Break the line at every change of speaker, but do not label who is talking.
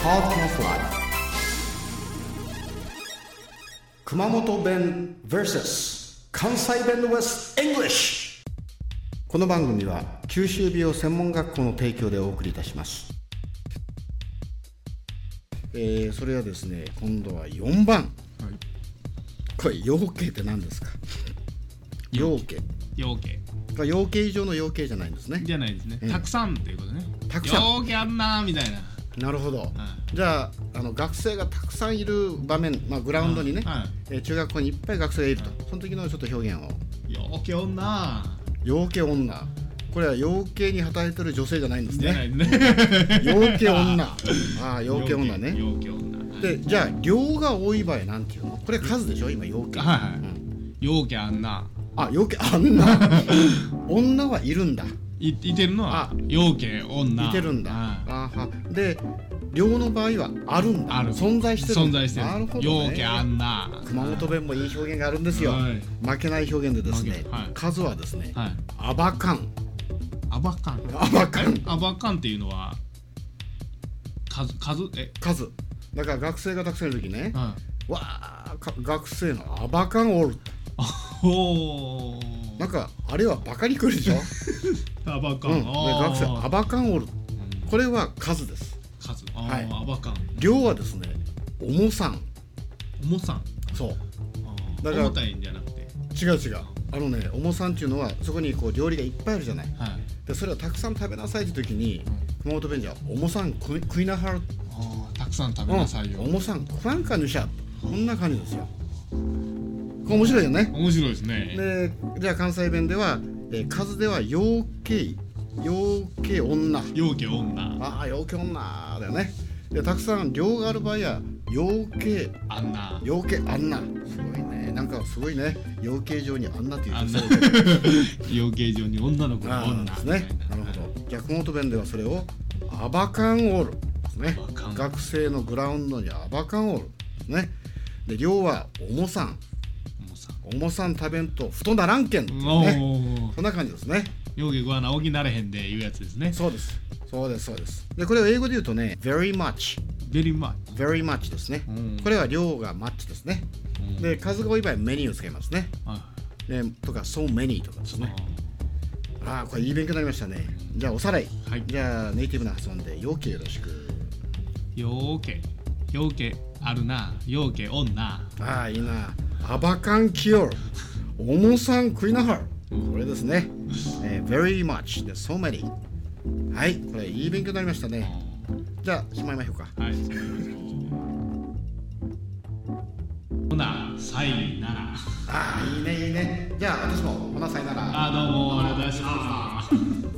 Podcast Live 熊本弁 vs 関西弁 vs English この番組は九州美容専門学校の提供でお送りいたしますえー、それはですね今度は4番、これ養鶏って何ですか養鶏
養鶏
これ養鶏以上の養鶏じゃないんですね
じゃないですね、
うん
たくさんっていうことね
たくさん
養鶏あんなーみたいな
なるほど、じゃああの学生がたくさんいる場面、まあ、グラウンドにね、
はい
えー中学校にいっぱい学生がいると、その時のちょっと表現を
養鶏女
「養鶏女」これは養鶏に働いてる女性じゃないんです
じゃな
ね
いです ね
養鶏 女ああ養鶏女ね
養鶏女はい
でじゃあ量が多い場合なんていうのこれ数でしょ今養鶏、
はいはい
うん
養鶏あんな
あ養鶏あん な女はいるんだ
いいてるのは
あ
養鶏女
いてるんだ
は
あはで量の場合はあるんだ
ある
存在
い
してる
存在してる
なるほど、ね、
養鶏あんな
熊本弁もいい表現があるんですよ、
はい
負けない表現でです
負
ね
け、ないはい
数はですね、
はい
アバカン
アバカン
アバカン
アバカンっていうのは数数え
数だから学生がたくさんいる時ね、
は
わあか学生のアバカンおる
いおお
なんかあれはバカに来る でしょ、
アバカ
う
ン、
ん、で学生ア
バ
バカンおるこれは数です
数あ
は
ー、
い
アバカン
量はですね重さん
重さん
そう
あー
だから
重たいんじゃなくて
違う違うあのね重さんっていうのはそこにこう料理がいっぱいあるじゃない
はい
でそれをたくさん食べなさいって時に熊本弁じゃ重さん食い食いなはる
あーたくさん食べなさいよ、
重さん食わんかぬしゃこんな感じですよこれ面白いよね
面白いですね
でじゃあ関西弁では、えー数では養鶏養鶏女
容器女
ああ養鶏女だよねでたくさん量がある場合は養鶏
あんな
養鶏あんなすごいねなんかすごいね養鶏場にあんなっていう
あ
女
ん
性
な養鶏場に女の子の
あー
女
ですねなるほどじゃあ熊本弁ではそれをアバカンオールですね
アバカン
学生のグラウンドにアバカンオールですねで量は重さん
重さん
重さん食べんと太ならんけんっていう
お
ね
ー
そんな感じですね
容器食わなおぎなれへんでいうやつですね
そうです。そうです、そうです。で、これを英語で言うとね、very much、
ベリーマ
very much ですね。
うん
これは量がマッチですね。
うん
で、数が多い場合、メニューを使いますね。
は
でとか、so many とかです
い
ね。ああ、これいい勉強になりましたね。じゃあ、おさらい。
はい
じゃあ、ネイティブな発音で、要求よろしく。
容器容器あるな容器女
ああ、いいな。アバカンキオル。重さん食いなはる。これですね。えー very much で、so many。はい、これいい勉強になりましたね。じゃあ、しまいましょうか。
はいほなさいなら
ああ、いいね、いいね。じゃあ、私も、ほなさいなら。
あどうもありがとうございました